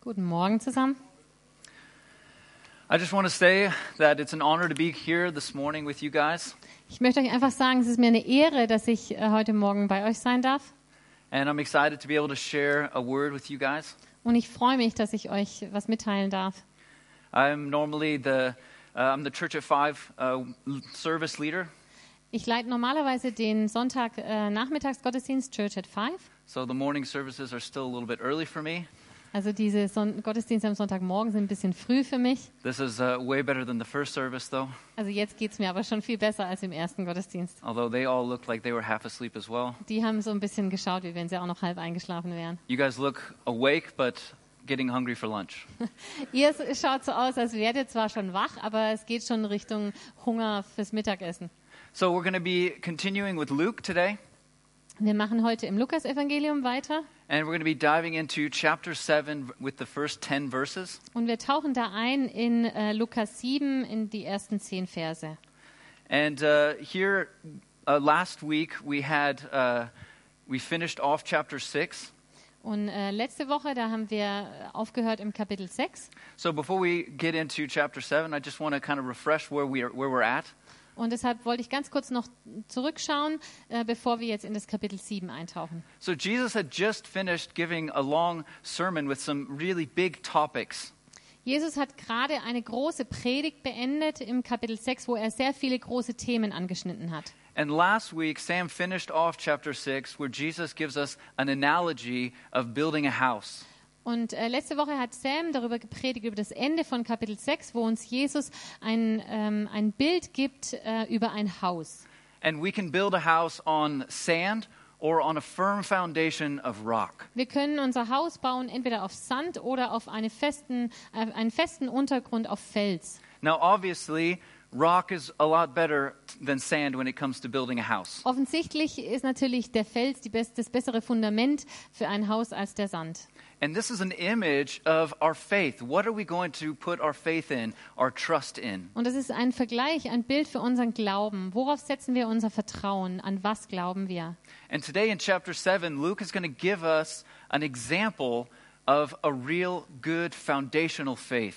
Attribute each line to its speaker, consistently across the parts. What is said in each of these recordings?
Speaker 1: Guten Morgen zusammen.
Speaker 2: I just want to say that it's an honor to be here this morning with you guys,
Speaker 1: Ich möchte euch einfach sagen, es ist mir eine Ehre, dass ich äh, heute Morgen bei euch sein darf.
Speaker 2: and I'm excited to be able to share a word with you guys.
Speaker 1: Und ich freue mich, dass ich euch was mitteilen darf.
Speaker 2: I'm normally the uh, I'm the Church at Five uh, l- service leader,
Speaker 1: Ich leite normalerweise den Sonntag äh, Nachmittagsgottesdienst Church at Five.
Speaker 2: so the morning services are still a little bit early for me.
Speaker 1: Also diese Son Gottesdienste am Sonntagmorgen sind ein bisschen früh für mich.
Speaker 2: This is uh, way better than the first service, though,
Speaker 1: Also jetzt geht es mir aber schon viel besser als im ersten Gottesdienst.
Speaker 2: although they all looked like they were half asleep as well.
Speaker 1: Die haben so ein bisschen geschaut, wie wenn sie auch noch halb eingeschlafen wären.
Speaker 2: You guys look awake, but getting hungry for lunch.
Speaker 1: Ihr s- schaut so aus, als wärt ihr zwar schon wach, aber es geht schon Richtung Hunger fürs Mittagessen.
Speaker 2: So we're going to be continuing with Luke today,
Speaker 1: Wir machen heute im Lukasevangelium weiter
Speaker 2: and we're going to be diving into chapter seven with the first ten verses.
Speaker 1: und wir tauchen da ein in äh, Lukas 7 in die ersten zehn Verse.
Speaker 2: And uh, here, uh, last week we had uh, we finished off chapter six.
Speaker 1: Und äh, letzte Woche, da haben wir aufgehört im Kapitel 6.
Speaker 2: So before we get into chapter seven, I just want to kind of refresh where we are, where we're at.
Speaker 1: Und deshalb wollte ich ganz kurz noch zurückschauen, äh, bevor wir jetzt in das Kapitel 7 eintauchen.
Speaker 2: So Jesus had just finished giving a long sermon with some really big topics,
Speaker 1: Jesus hat gerade eine große Predigt beendet im Kapitel 6, wo er sehr viele große Themen angeschnitten hat.
Speaker 2: and last week Sam finished off chapter six where Jesus gives us an analogy of building a house.
Speaker 1: Und äh, letzte Woche hat Sam darüber gepredigt, über das Ende von Kapitel 6, wo uns Jesus ein, ähm, ein Bild gibt äh, über ein Haus.
Speaker 2: And we can build a house on sand or on a firm foundation of rock.
Speaker 1: Wir können unser Haus bauen entweder auf Sand oder auf eine festen, äh, einen festen Untergrund auf Fels.
Speaker 2: Now, obviously, rock is a lot better than sand when it comes to building a house.
Speaker 1: Offensichtlich ist natürlich der Fels die best, das bessere Fundament für ein Haus als der Sand.
Speaker 2: And this is an image of our faith. What are we going to put our faith in, our trust in?
Speaker 1: Und das ist ein Vergleich, ein Bild für unseren Glauben. Worauf setzen wir unser Vertrauen? An was glauben wir?
Speaker 2: And today in chapter 7, Luke is going to give us an example of a real good foundational faith.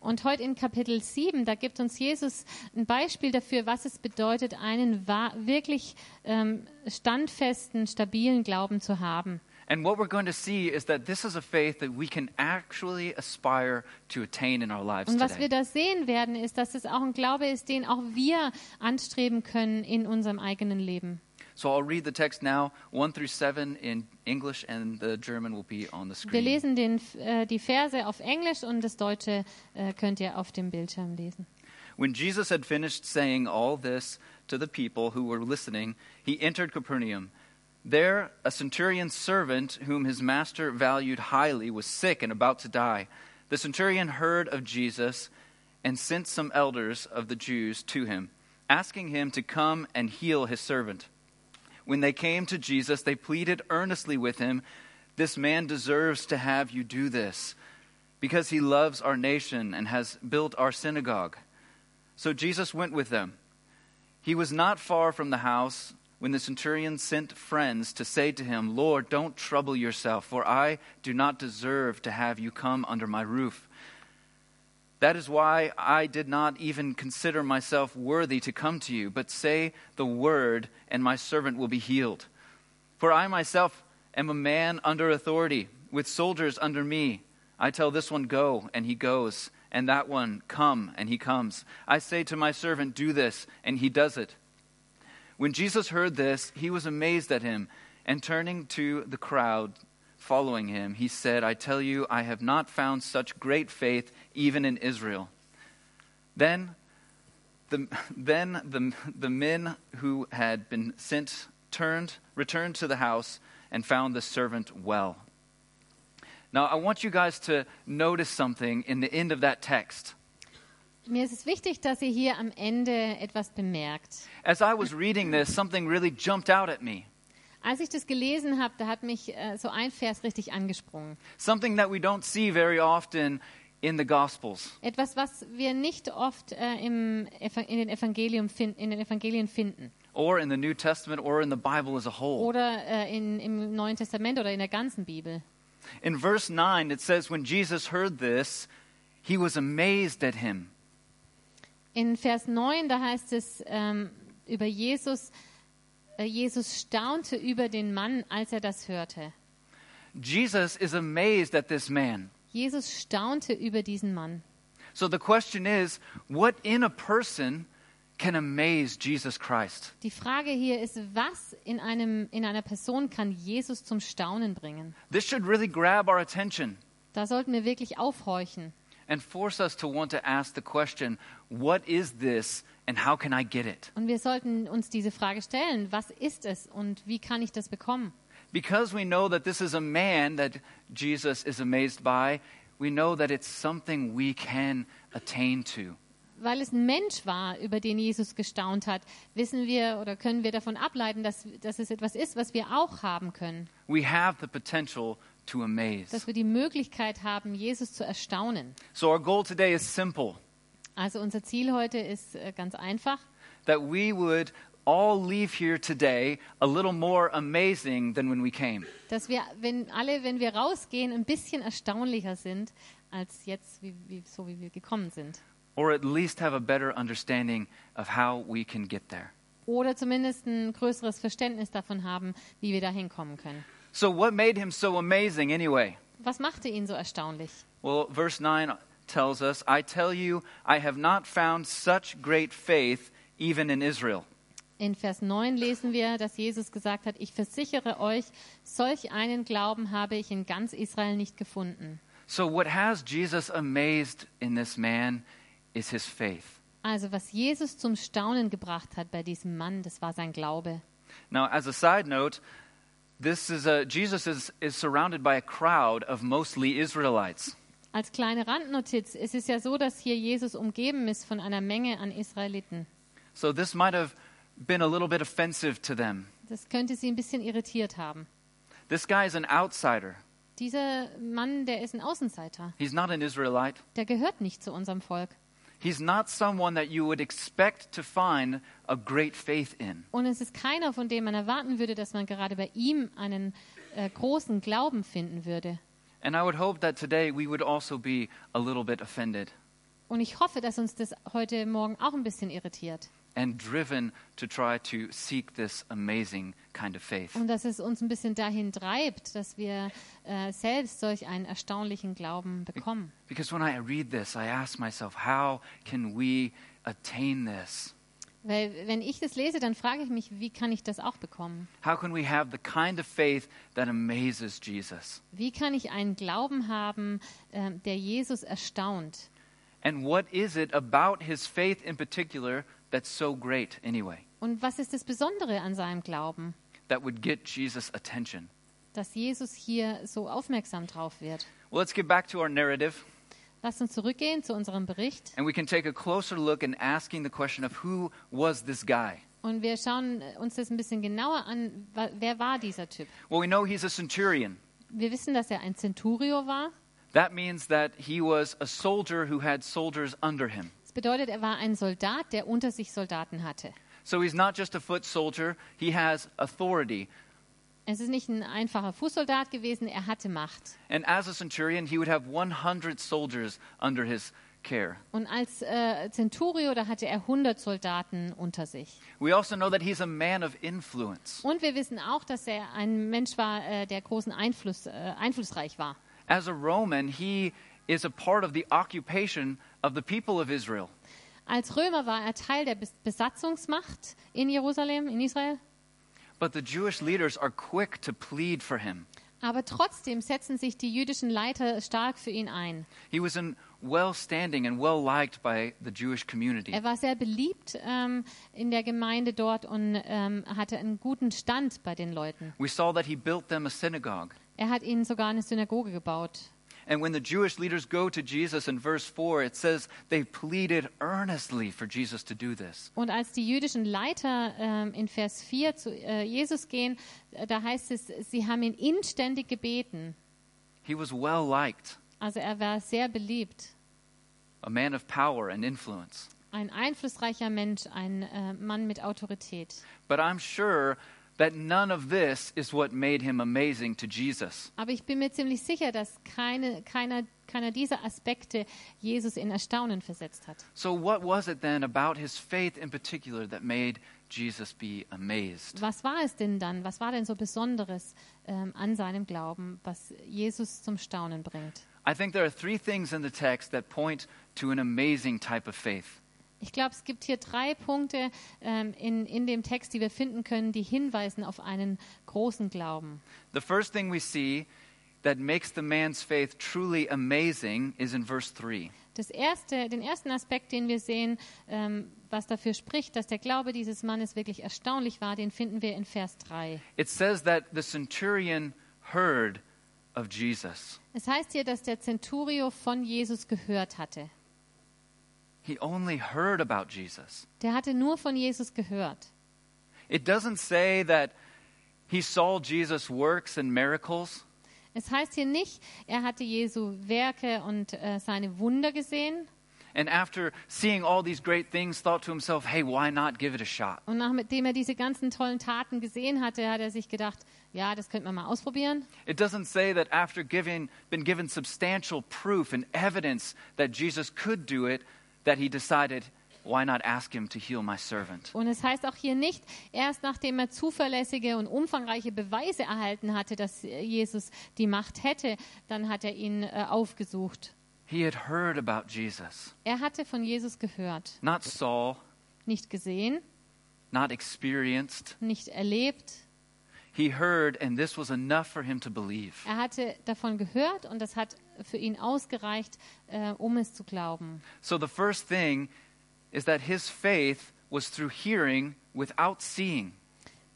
Speaker 1: Und heute in Kapitel 7, da gibt uns Jesus ein Beispiel dafür, was es bedeutet, einen wa- wirklich ähm, standfesten, stabilen Glauben zu haben.
Speaker 2: And what we're going to see is that this is a faith that we can actually aspire to attain in our lives
Speaker 1: Und was wir
Speaker 2: today.
Speaker 1: da sehen werden, ist, dass es auch ein Glaube ist, den auch wir anstreben können in unserem eigenen Leben.
Speaker 2: So I'll read the text now, 1 through 7 in English, and the German will be on the
Speaker 1: Wir
Speaker 2: screen.
Speaker 1: lesen den, äh, die Verse auf Englisch und das Deutsche äh, könnt ihr auf dem Bildschirm lesen.
Speaker 2: When Jesus had finished saying all this to the people who were listening, he entered Capernaum. There, a centurion's servant, whom his master valued highly, was sick and about to die. The centurion heard of Jesus and sent some elders of the Jews to him, asking him to come and heal his servant. When they came to Jesus, they pleaded earnestly with him, This man deserves to have you do this, because he loves our nation and has built our synagogue. So Jesus went with them. He was not far from the house when the centurion sent friends to say to him, Lord, don't trouble yourself, for I do not deserve to have you come under my roof. That is why I did not even consider myself worthy to come to you, but say the word, and my servant will be healed. For I myself am a man under authority, with soldiers under me. I tell this one, Go, and he goes, and that one, Come, and he comes. I say to my servant, Do this, and he does it. When Jesus heard this, he was amazed at him, and turning to the crowd following him, he said, I tell you, I have not found such great faith even in Israel. Then the, then the, the men who had been sent turned, returned to the house and found the servant well. Now, I want you guys to notice something in the end of that text.
Speaker 1: Mir ist es wichtig, dass ihr hier am Ende etwas bemerkt.
Speaker 2: As I was reading this, something really jumped out at me.
Speaker 1: Als ich das gelesen habe, da hat mich äh, so ein Vers richtig angesprungen.
Speaker 2: Something that we don't see very often in the Gospels.
Speaker 1: Etwas, was wir nicht oft äh, im Eva- in, den Evangelium fin- in den Evangelien finden
Speaker 2: Or in the New Testament, or in the Bible as a whole.
Speaker 1: oder äh, in, im Neuen Testament oder in der ganzen Bibel.
Speaker 2: In verse 9, it says, When Jesus heard this, he was amazed at him.
Speaker 1: In Vers 9, da heißt es ähm, über Jesus, äh, Jesus staunte über den Mann, als er das hörte.
Speaker 2: Jesus is amazed at this man.
Speaker 1: Jesus staunte über diesen Mann.
Speaker 2: So the question is, what in a person can amaze Jesus Christ?
Speaker 1: Die Frage hier ist, was in, einem, in einer Person kann Jesus zum Staunen bringen?
Speaker 2: This should really grab our attention
Speaker 1: Da sollten wir wirklich aufhorchen
Speaker 2: and force us to want to ask the question, What is this and how can I get it?
Speaker 1: und wir sollten uns diese Frage stellen, was ist es und wie kann ich das bekommen?
Speaker 2: Because we know that this is a man that Jesus is amazed by, we know that it's something we can attain to.
Speaker 1: Weil es ein Mensch war, über den Jesus gestaunt hat, wissen wir oder können wir davon ableiten, dass, dass es etwas ist, was wir auch haben können,
Speaker 2: We have the potential to amaze.
Speaker 1: dass wir die Möglichkeit haben, Jesus zu erstaunen.
Speaker 2: So our goal today is simple
Speaker 1: Also unser Ziel heute ist äh, ganz einfach,
Speaker 2: that we would all leave here today a little more amazing than when we came.
Speaker 1: dass wir, wenn alle, wenn wir rausgehen, ein bisschen erstaunlicher sind als jetzt, wie, wie, so wie wir gekommen sind.
Speaker 2: or at least have a better understanding of how we can get there.
Speaker 1: Oder zumindest ein größeres Verständnis davon haben, wie wir da hinkommen können.
Speaker 2: So, what made him so amazing anyway?
Speaker 1: Was machte ihn so erstaunlich?
Speaker 2: Well, verse 9 tells us I tell you, I have not found such great faith even in Israel.
Speaker 1: In Vers 9 lesen wir, dass Jesus gesagt hat, ich versichere euch, solch einen Glauben habe ich in ganz Israel nicht gefunden.
Speaker 2: So, what has Jesus amazed in this man is his faith.
Speaker 1: Also was Jesus zum Staunen gebracht hat bei diesem Mann, das war sein Glaube.
Speaker 2: Now, as a side note, this is a, Jesus is, is surrounded by a crowd of mostly Israelites.
Speaker 1: Als kleine Randnotiz, es ist ja so, dass hier Jesus umgeben ist von einer Menge an Israeliten.
Speaker 2: So, this might have been a little bit offensive to them.
Speaker 1: Das könnte sie ein bisschen irritiert haben.
Speaker 2: This guy is an outsider,
Speaker 1: Dieser Mann, der ist ein Außenseiter.
Speaker 2: he's not an Israelite.
Speaker 1: Der gehört nicht zu unserem Volk.
Speaker 2: He's not someone that you would expect to find a great faith in.
Speaker 1: Und es ist keiner, von dem man erwarten würde, dass man gerade bei ihm einen äh, großen Glauben finden würde.
Speaker 2: And I would hope that today we would also be a little bit offended
Speaker 1: Und ich hoffe, dass uns das heute Morgen auch ein bisschen irritiert.
Speaker 2: and driven to try to seek this amazing kind of faith.
Speaker 1: Und dass es uns ein bisschen dahin treibt, dass wir äh, selbst solch einen erstaunlichen Glauben bekommen.
Speaker 2: Because when I read this, I ask myself, how can we attain this?
Speaker 1: Weil wenn ich das lese, dann frage ich mich, wie kann ich das auch bekommen?
Speaker 2: How can we have the kind of faith that amazes Jesus?
Speaker 1: Wie kann ich einen Glauben haben, ähm, der Jesus erstaunt?
Speaker 2: And what is it about his faith in particular that's so great anyway,
Speaker 1: Und was ist das Besondere an seinem Glauben,
Speaker 2: that would get Jesus' attention?
Speaker 1: dass Jesus hier so aufmerksam drauf wird?
Speaker 2: Well, let's get back to our narrative.
Speaker 1: Lasst uns zurückgehen zu unserem Bericht
Speaker 2: And we can take a closer look in asking the question of who was this guy?
Speaker 1: und wir schauen äh, uns das ein bisschen genauer an. Wa- Wer war dieser Typ?
Speaker 2: Well, we know he's a centurion.
Speaker 1: Wir wissen, dass er ein Zenturio war.
Speaker 2: That means that he was a soldier who had soldiers under him.
Speaker 1: Das bedeutet, er war ein Soldat, der unter sich Soldaten hatte.
Speaker 2: So he's not just a foot soldier, he has authority.
Speaker 1: Es ist nicht ein einfacher Fußsoldat gewesen, er hatte Macht.
Speaker 2: And as a centurion, he would have 100 soldiers under his care.
Speaker 1: Und als äh, Zenturio, da hatte er 100 Soldaten unter sich.
Speaker 2: We also know that he's a man of influence.
Speaker 1: Und wir wissen auch, dass er ein Mensch war, äh, der großen Einfluss, äh, einflussreich war.
Speaker 2: As a Roman, he is a part of the occupation of the people of Israel.
Speaker 1: Als Römer war er Teil der Bes- Besatzungsmacht in Jerusalem, in Israel.
Speaker 2: But the Jewish leaders are quick to plead for him.
Speaker 1: Aber trotzdem setzen sich die jüdischen Leiter stark für ihn ein.
Speaker 2: He was in well standing and well liked by the Jewish community.
Speaker 1: Er war sehr beliebt ähm, in der Gemeinde dort und ähm, hatte einen guten Stand bei den Leuten.
Speaker 2: We saw that he built them a synagogue.
Speaker 1: Er hat ihnen sogar eine Synagoge gebaut.
Speaker 2: And when the Jewish leaders go to Jesus in verse 4, it says they pleaded earnestly for Jesus to do this.
Speaker 1: Und als die jüdischen Leiter ähm, in Vers 4 zu äh, Jesus gehen, äh, da heißt es, sie haben ihn inständig gebeten.
Speaker 2: He was well liked,
Speaker 1: Also er war sehr beliebt.
Speaker 2: a man of power and influence.
Speaker 1: Ein einflussreicher Mensch, ein äh, Mann mit Autorität.
Speaker 2: But I'm sure that none of this is what made him amazing to Jesus.
Speaker 1: Aber ich bin mir ziemlich sicher, dass keine, keiner, keiner dieser Aspekte Jesus in Erstaunen versetzt hat.
Speaker 2: So, what was it then about his faith in particular that made Jesus be amazed?
Speaker 1: Was war es denn dann? Was war denn so Besonderes ähm, an seinem Glauben, was Jesus zum Staunen bringt?
Speaker 2: I think there are three things in the text that point to an amazing type of faith.
Speaker 1: Ich glaube, es gibt hier drei Punkte ähm, in, in dem Text, die wir finden können, die hinweisen auf einen großen Glauben.
Speaker 2: The first thing we see that makes the man's faith truly amazing is in verse 3.
Speaker 1: Das erste, den ersten Aspekt, den wir sehen, ähm, was dafür spricht, dass der Glaube dieses Mannes wirklich erstaunlich war, den finden wir in Vers 3.
Speaker 2: It says that the centurion heard of Jesus.
Speaker 1: Es heißt hier, dass der Zenturio von Jesus gehört hatte.
Speaker 2: He only heard about Jesus.
Speaker 1: Der hatte nur von Jesus gehört.
Speaker 2: It doesn't say that he saw Jesus' works and miracles.
Speaker 1: Es heißt hier nicht, er hatte Jesu Werke und äh, seine Wunder gesehen
Speaker 2: And after seeing all these great things, thought to himself, hey, why not give it a shot?
Speaker 1: und nachdem er diese ganzen tollen Taten gesehen hatte, hat er sich gedacht, ja, das könnte man mal ausprobieren.
Speaker 2: It doesn't say that after giving, been given substantial proof and evidence that Jesus could do it, that he decided, why not ask him to heal my servant?
Speaker 1: Und es heißt auch hier nicht, erst nachdem er zuverlässige und umfangreiche Beweise erhalten hatte, dass äh, Jesus die Macht hätte, dann hat er ihn äh, aufgesucht.
Speaker 2: He had heard about Jesus,
Speaker 1: Er hatte von Jesus gehört,
Speaker 2: not saw,
Speaker 1: nicht gesehen,
Speaker 2: not experienced.
Speaker 1: nicht erlebt.
Speaker 2: He heard, and this was enough for him to believe.
Speaker 1: Er hatte davon gehört und das hat für ihn ausgereicht, äh, um es zu glauben.
Speaker 2: So the first thing is that his faith was through hearing without seeing.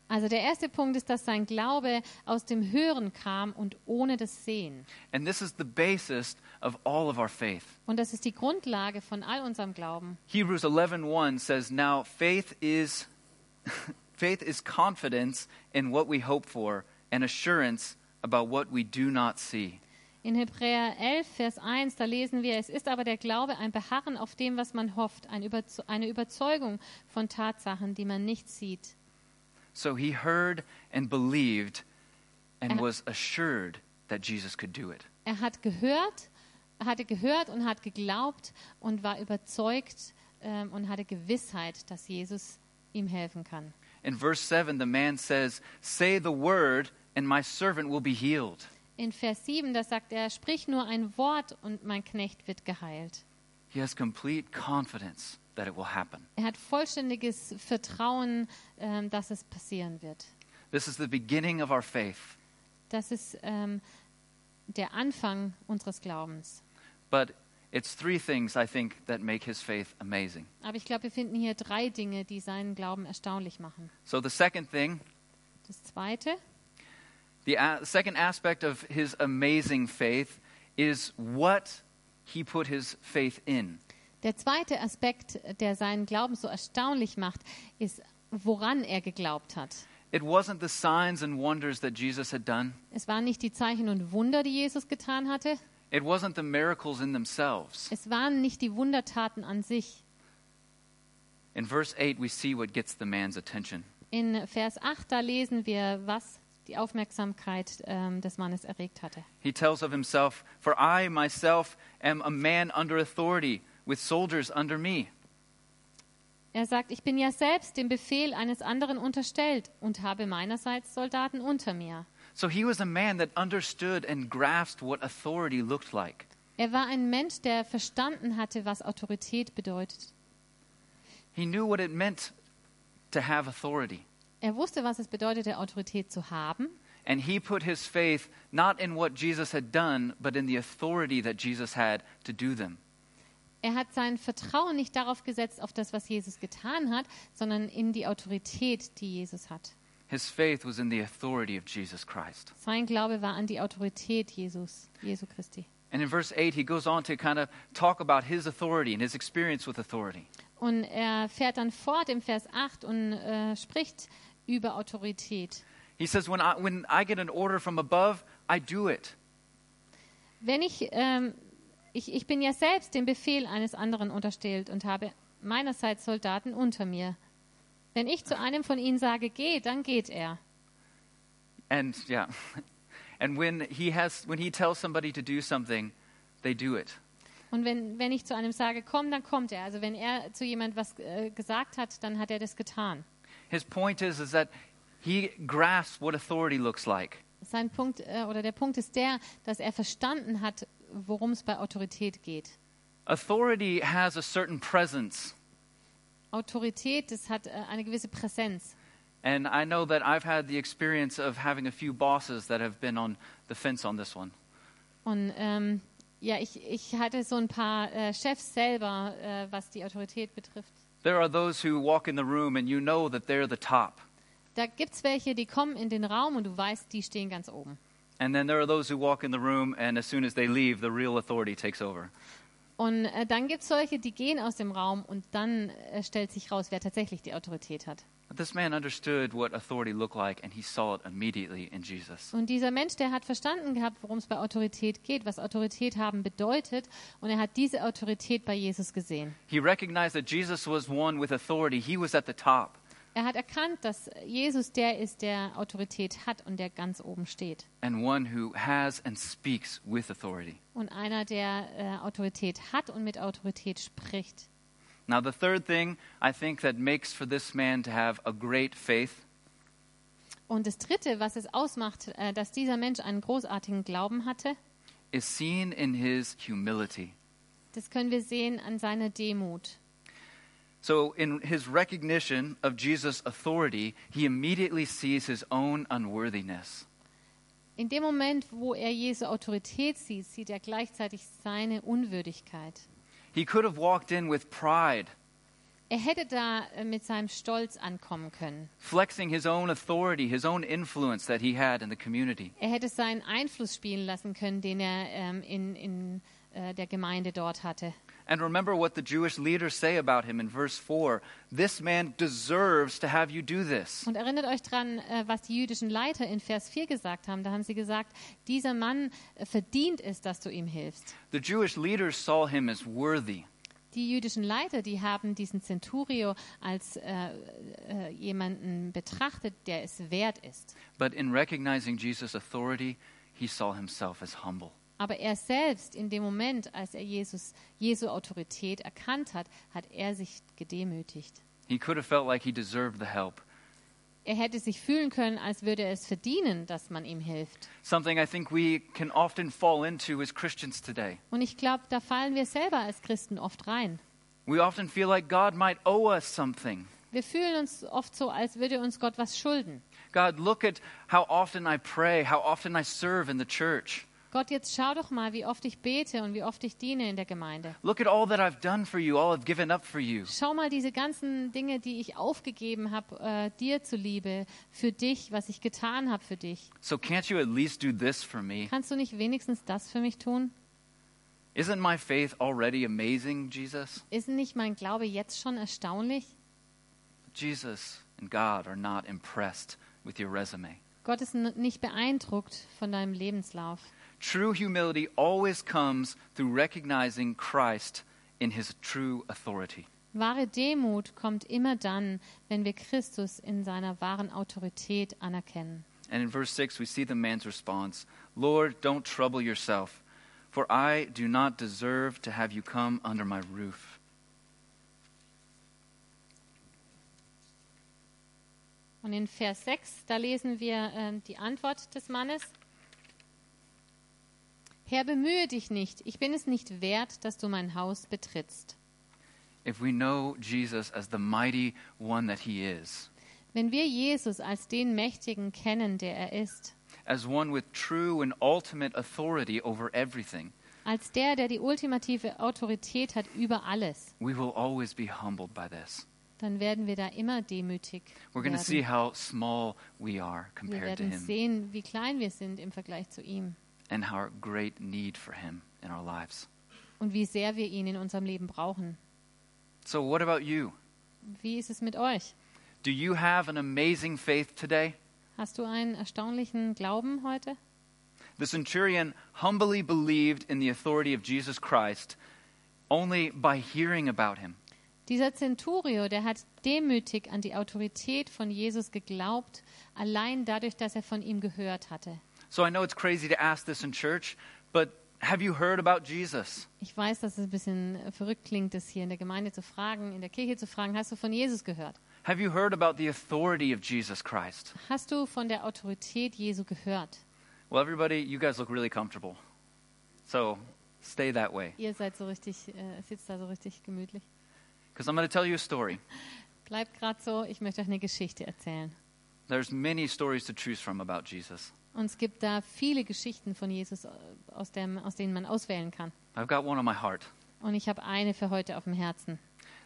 Speaker 1: Also der erste Punkt ist, dass sein Glaube aus dem Hören kam und ohne das Sehen.
Speaker 2: And this is the basis of all of our faith.
Speaker 1: Und das ist die Grundlage von all unserem Glauben.
Speaker 2: Hebrews 11:1 says, "Now faith is faith is confidence in what we hope for and assurance about what we do not see."
Speaker 1: In Hebräer 11, Vers 1, da lesen wir, es ist aber der Glaube ein Beharren auf dem, was man hofft, ein Überz eine Überzeugung von Tatsachen, die man nicht sieht.
Speaker 2: So he heard and believed and
Speaker 1: And-
Speaker 2: was assured that Jesus could do it.
Speaker 1: Er hat gehört, hatte gehört und hat geglaubt und war überzeugt ähm, und hatte Gewissheit, dass Jesus ihm helfen kann.
Speaker 2: In verse 7 the man says, "Say the word and my servant will be healed."
Speaker 1: In Vers 7, da sagt er, sprich nur ein Wort und mein Knecht wird geheilt.
Speaker 2: He has complete confidence that it will happen.
Speaker 1: Er hat vollständiges Vertrauen, ähm, dass es passieren wird.
Speaker 2: This is the beginning of our faith,
Speaker 1: Das ist ähm, der Anfang unseres Glaubens.
Speaker 2: but it's three things I think that make his faith amazing.
Speaker 1: Aber ich glaube, wir finden hier drei Dinge, die seinen Glauben erstaunlich machen.
Speaker 2: So the second thing
Speaker 1: Das Zweite,
Speaker 2: The a- second aspect of his amazing faith is what he put his faith in.
Speaker 1: der zweite Aspekt, der seinen Glauben so erstaunlich macht, ist, woran er geglaubt hat.
Speaker 2: It wasn't the signs and wonders that Jesus had done,
Speaker 1: Es waren nicht die Zeichen und Wunder, die Jesus getan hatte.
Speaker 2: it wasn't the miracles in themselves.
Speaker 1: Es waren nicht die Wundertaten an sich.
Speaker 2: In verse 8, we see what gets the man's attention.
Speaker 1: In Vers 8, da lesen wir, was die Aufmerksamkeit ähm, des Mannes erregt hatte.
Speaker 2: He tells of himself, For I myself am a man under authority, with soldiers under me.
Speaker 1: Er sagt, ich bin ja selbst dem Befehl eines anderen unterstellt und habe meinerseits Soldaten unter mir.
Speaker 2: So he was a man that understood and grasped what authority looked like.
Speaker 1: Er war ein Mensch, der verstanden hatte, was Autorität bedeutet.
Speaker 2: He knew what it meant to have authority.
Speaker 1: Er wusste, was es bedeutete, Autorität zu haben.
Speaker 2: And he put his faith not in what Jesus had done, but in the authority that Jesus had to do them.
Speaker 1: Er hat sein Vertrauen nicht darauf gesetzt, auf das, was Jesus getan hat, sondern in die Autorität, die Jesus hat.
Speaker 2: His faith was in the authority of Jesus Christ.
Speaker 1: Sein Glaube war an die Autorität Jesus, Jesu Christi.
Speaker 2: And in verse 8, he goes on to kind of talk about his authority and his experience with authority.
Speaker 1: Und er fährt dann fort im Vers 8 und äh, spricht über Autorität.
Speaker 2: He says, When I, when I get an order from above, I do it.
Speaker 1: Wenn ich, ähm, ich, ich bin ja selbst dem Befehl eines anderen unterstellt und habe meinerseits Soldaten unter mir. Wenn ich zu einem von ihnen sage, geh, dann geht er.
Speaker 2: And yeah. And when he has when he tells somebody to do something, they do it.
Speaker 1: Und wenn, wenn ich zu einem sage, komm, dann kommt er. Also wenn er zu jemand was äh, gesagt hat, dann hat er das getan.
Speaker 2: His point is is that he grasps what authority looks like.
Speaker 1: Sein Punkt äh, oder der Punkt ist der, dass er verstanden hat, worum es bei Autorität geht.
Speaker 2: Authority has a certain presence.
Speaker 1: Autorität, das hat äh, eine gewisse Präsenz.
Speaker 2: And I know that I've had the experience of having a few bosses that have been on the fence on this one.
Speaker 1: Und ähm, ja, ich, ich hatte so ein paar äh, Chefs selber, äh, was die Autorität betrifft.
Speaker 2: There are those who walk in the room and you know that they're the top.
Speaker 1: Da gibt es welche, die kommen in den Raum und du weißt, die stehen ganz oben.
Speaker 2: And then there are those who walk in the room and as soon as they leave, the real authority takes over.
Speaker 1: Und äh, dann gibt es solche, die gehen aus dem Raum und dann äh, stellt sich raus, wer tatsächlich die Autorität hat.
Speaker 2: But this man understood what authority looked like and he saw it immediately in Jesus.
Speaker 1: Und dieser Mensch, der hat verstanden gehabt, worum es bei Autorität geht, was Autorität haben bedeutet. Und er hat diese Autorität bei Jesus gesehen.
Speaker 2: He recognized that Jesus was one with authority, he was at the top.
Speaker 1: Er hat erkannt, dass Jesus der ist, der Autorität hat und der ganz oben steht.
Speaker 2: and one who has and speaks with authority.
Speaker 1: Und einer, der äh, Autorität hat und mit Autorität spricht.
Speaker 2: Now, the third thing I think that makes for this man to have a great faith
Speaker 1: Und das Dritte, was es ausmacht, äh, dass dieser Mensch einen großartigen Glauben hatte,
Speaker 2: is seen in his humility.
Speaker 1: das können wir sehen an seiner Demut.
Speaker 2: So, in his recognition of Jesus' authority, he immediately sees his own unworthiness.
Speaker 1: In dem Moment, wo er Jesu Autorität sieht, sieht er gleichzeitig seine Unwürdigkeit.
Speaker 2: He could have walked in with pride,
Speaker 1: Er hätte da äh, mit seinem Stolz ankommen können.
Speaker 2: flexing his own authority, his own influence that he had in the community.
Speaker 1: Er hätte seinen Einfluss spielen lassen können, den er ähm, in, in äh, der Gemeinde dort hatte.
Speaker 2: And remember what the Jewish leaders say about him in verse 4 this man deserves to have you do this.
Speaker 1: Und erinnert euch dran, äh, was die jüdischen Leiter in Vers 4 gesagt haben. Da haben sie gesagt, dieser Mann äh, verdient es, dass du ihm hilfst.
Speaker 2: The Jewish leaders saw him as worthy.
Speaker 1: Die jüdischen Leiter, die haben diesen Centurio als äh, äh, jemanden betrachtet, der es wert ist.
Speaker 2: But in recognizing Jesus' authority, he saw himself as humble.
Speaker 1: Aber er selbst, in dem Moment, als er Jesus, Jesu Autorität erkannt hat, hat er sich gedemütigt.
Speaker 2: He could have felt like he deserved the help.
Speaker 1: Er hätte sich fühlen können, als würde er es verdienen, dass man ihm hilft.
Speaker 2: Something I think we can often fall into as Christians today.
Speaker 1: Und ich glaube, da fallen wir selber als Christen oft rein.
Speaker 2: We often feel like God might owe us something.
Speaker 1: Wir fühlen uns oft so, als würde uns Gott was schulden.
Speaker 2: God, look at how often I pray, how often I serve in the church.
Speaker 1: Gott, jetzt schau doch mal, wie oft ich bete und wie oft ich diene in der Gemeinde.
Speaker 2: Look at all that I've done for you, all I've given up for you.
Speaker 1: Schau mal diese ganzen Dinge, die ich aufgegeben habe, äh, dir zuliebe, für dich, was ich getan habe für dich.
Speaker 2: So can't you at least do this for me?
Speaker 1: Kannst du nicht wenigstens das für mich tun?
Speaker 2: Isn't my faith already amazing, Jesus?
Speaker 1: Ist nicht mein Glaube jetzt schon erstaunlich?
Speaker 2: Jesus and God are not impressed with your resume.
Speaker 1: Gott ist n- nicht beeindruckt von deinem Lebenslauf.
Speaker 2: True humility always comes through recognizing Christ in his true authority.
Speaker 1: Wahre Demut kommt immer dann, wenn wir Christus in seiner wahren Autorität anerkennen.
Speaker 2: And in verse 6, we see the man's response Lord, don't trouble yourself, for I do not deserve to have you come under my roof.
Speaker 1: Und in Vers 6, da lesen wir ähm, die Antwort des Mannes. Herr, bemühe dich nicht, ich bin es nicht wert, dass du mein Haus betrittst.
Speaker 2: If we know Jesus as the mighty one that he is,
Speaker 1: Wenn wir Jesus als den Mächtigen kennen, der er ist,
Speaker 2: as one with true and ultimate authority over everything,
Speaker 1: als der, der die ultimative Autorität hat über alles,
Speaker 2: we will always be humbled by this.
Speaker 1: dann werden wir da immer demütig.
Speaker 2: We're going to see
Speaker 1: Werden.
Speaker 2: how small we are
Speaker 1: Wir
Speaker 2: compared to
Speaker 1: werden
Speaker 2: him
Speaker 1: sehen, wie klein wir sind im Vergleich zu ihm
Speaker 2: and our great need for him in our lives.
Speaker 1: und wie sehr wir ihn in unserem Leben brauchen.
Speaker 2: So, what about you?
Speaker 1: Wie ist es mit euch?
Speaker 2: Do you have an amazing faith today?
Speaker 1: Hast du einen erstaunlichen Glauben heute?
Speaker 2: The centurion humbly believed in the authority of Jesus Christ only by hearing about him.
Speaker 1: Dieser Zenturio, der hat demütig an die Autorität von Jesus geglaubt, allein dadurch, dass er von ihm gehört hatte.
Speaker 2: So I know it's crazy to ask this in church, but have you heard about Jesus?
Speaker 1: Ich weiß, dass es ein bisschen äh, verrückt klingt, das hier in der Gemeinde zu fragen, in der Kirche zu fragen, hast du von Jesus gehört?
Speaker 2: Have you heard about the authority of Jesus Christ?
Speaker 1: Hast du von der Autorität Jesu gehört?
Speaker 2: Well, everybody, you guys look really comfortable. So stay that way.
Speaker 1: Ihr seid so richtig, äh, sitzt da so richtig gemütlich.
Speaker 2: Because I'm going to tell you a story.
Speaker 1: Bleibt gerade so, ich möchte euch eine Geschichte erzählen.
Speaker 2: There's many stories to choose from about Jesus.
Speaker 1: Und es gibt da viele Geschichten von Jesus, äh, aus, dem, aus denen man auswählen kann.
Speaker 2: I've got one on my heart.
Speaker 1: Und ich habe eine für heute auf dem Herzen.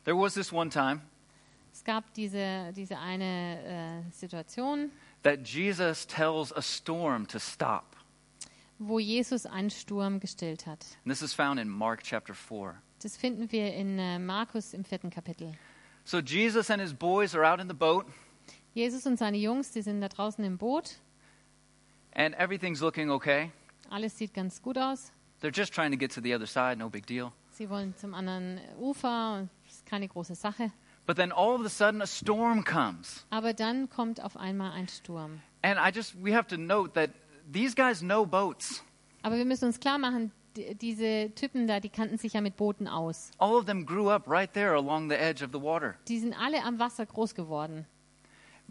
Speaker 2: There was this one time
Speaker 1: Es gab diese, diese eine äh, Situation,
Speaker 2: that Jesus tells a storm to stop.
Speaker 1: wo Jesus einen Sturm gestillt hat.
Speaker 2: And this is found in Mark chapter 4.
Speaker 1: Das finden wir in äh, Markus im vierten Kapitel.
Speaker 2: So Jesus and his boys are out in the boat,
Speaker 1: Jesus und seine Jungs, die sind da draußen im Boot.
Speaker 2: and everything's looking okay.
Speaker 1: Alles sieht ganz gut aus.
Speaker 2: They're just trying to get to the other side, no big deal.
Speaker 1: Sie wollen zum anderen Ufer und das ist keine große Sache.
Speaker 2: But then all of a sudden, a storm comes.
Speaker 1: Aber dann kommt auf einmal ein Sturm.
Speaker 2: And I just, we have to note that these guys know boats.
Speaker 1: Aber wir müssen uns klar machen, die- diese Typen da, die kannten sich ja mit Booten aus.
Speaker 2: All of them grew up right there along the edge of the water.
Speaker 1: Die sind alle am Wasser groß geworden.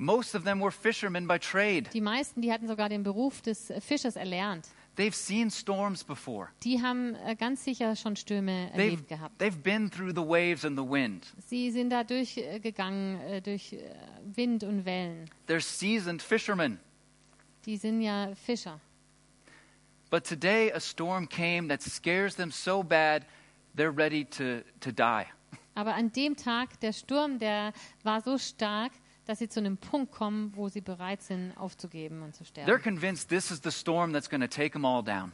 Speaker 2: Most of them were fishermen by trade.
Speaker 1: Die meisten, die hatten sogar den Beruf des äh, Fischers erlernt.
Speaker 2: They've seen storms before.
Speaker 1: Die haben äh, ganz sicher schon Stürme
Speaker 2: They've,
Speaker 1: erlebt gehabt.
Speaker 2: they've been through the waves and the wind.
Speaker 1: Sie sind da durchgegangen äh, durch äh, Wind und Wellen.
Speaker 2: They're seasoned fishermen.
Speaker 1: Die sind ja Fischer.
Speaker 2: But today, a storm came that scares them so bad, they're ready to, to die.
Speaker 1: Aber an dem Tag, der Sturm, der war so stark, dass sie zu einem Punkt kommen, wo sie bereit sind, aufzugeben und zu
Speaker 2: They're
Speaker 1: sterben.
Speaker 2: convinced this is the storm that's going to take them all down.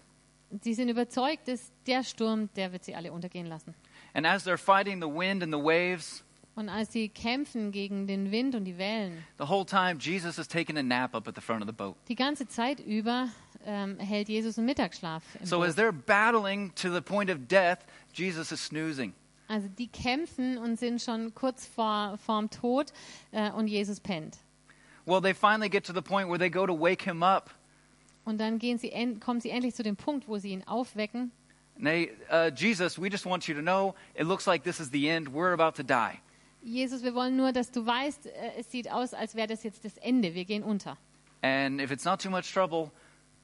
Speaker 1: Sie sind überzeugt, dass der Sturm, der wird sie alle untergehen lassen.
Speaker 2: And as they're fighting the wind and the waves,
Speaker 1: Und als sie kämpfen gegen den Wind und die Wellen,
Speaker 2: the whole time Jesus is taking a nap up at the front of the boat.
Speaker 1: die ganze Zeit über ähm, hält Jesus einen Mittagsschlaf. Im
Speaker 2: So
Speaker 1: Boot.
Speaker 2: as they're battling to the point of death, Jesus is snoozing.
Speaker 1: Also die kämpfen und sind schon kurz vor vorm Tod äh, und Jesus pennt.
Speaker 2: Well, they finally get to the point where they go to wake him up.
Speaker 1: Und dann gehen sie en- kommen sie endlich zu dem Punkt, wo sie ihn aufwecken.
Speaker 2: And they, uh, Jesus, we just want you to know it looks like this is the end. We're about to die.
Speaker 1: Jesus, wir wollen nur, dass du weißt, äh, es sieht aus, als wäre das jetzt das Ende. Wir gehen unter.
Speaker 2: And if it's not too much trouble,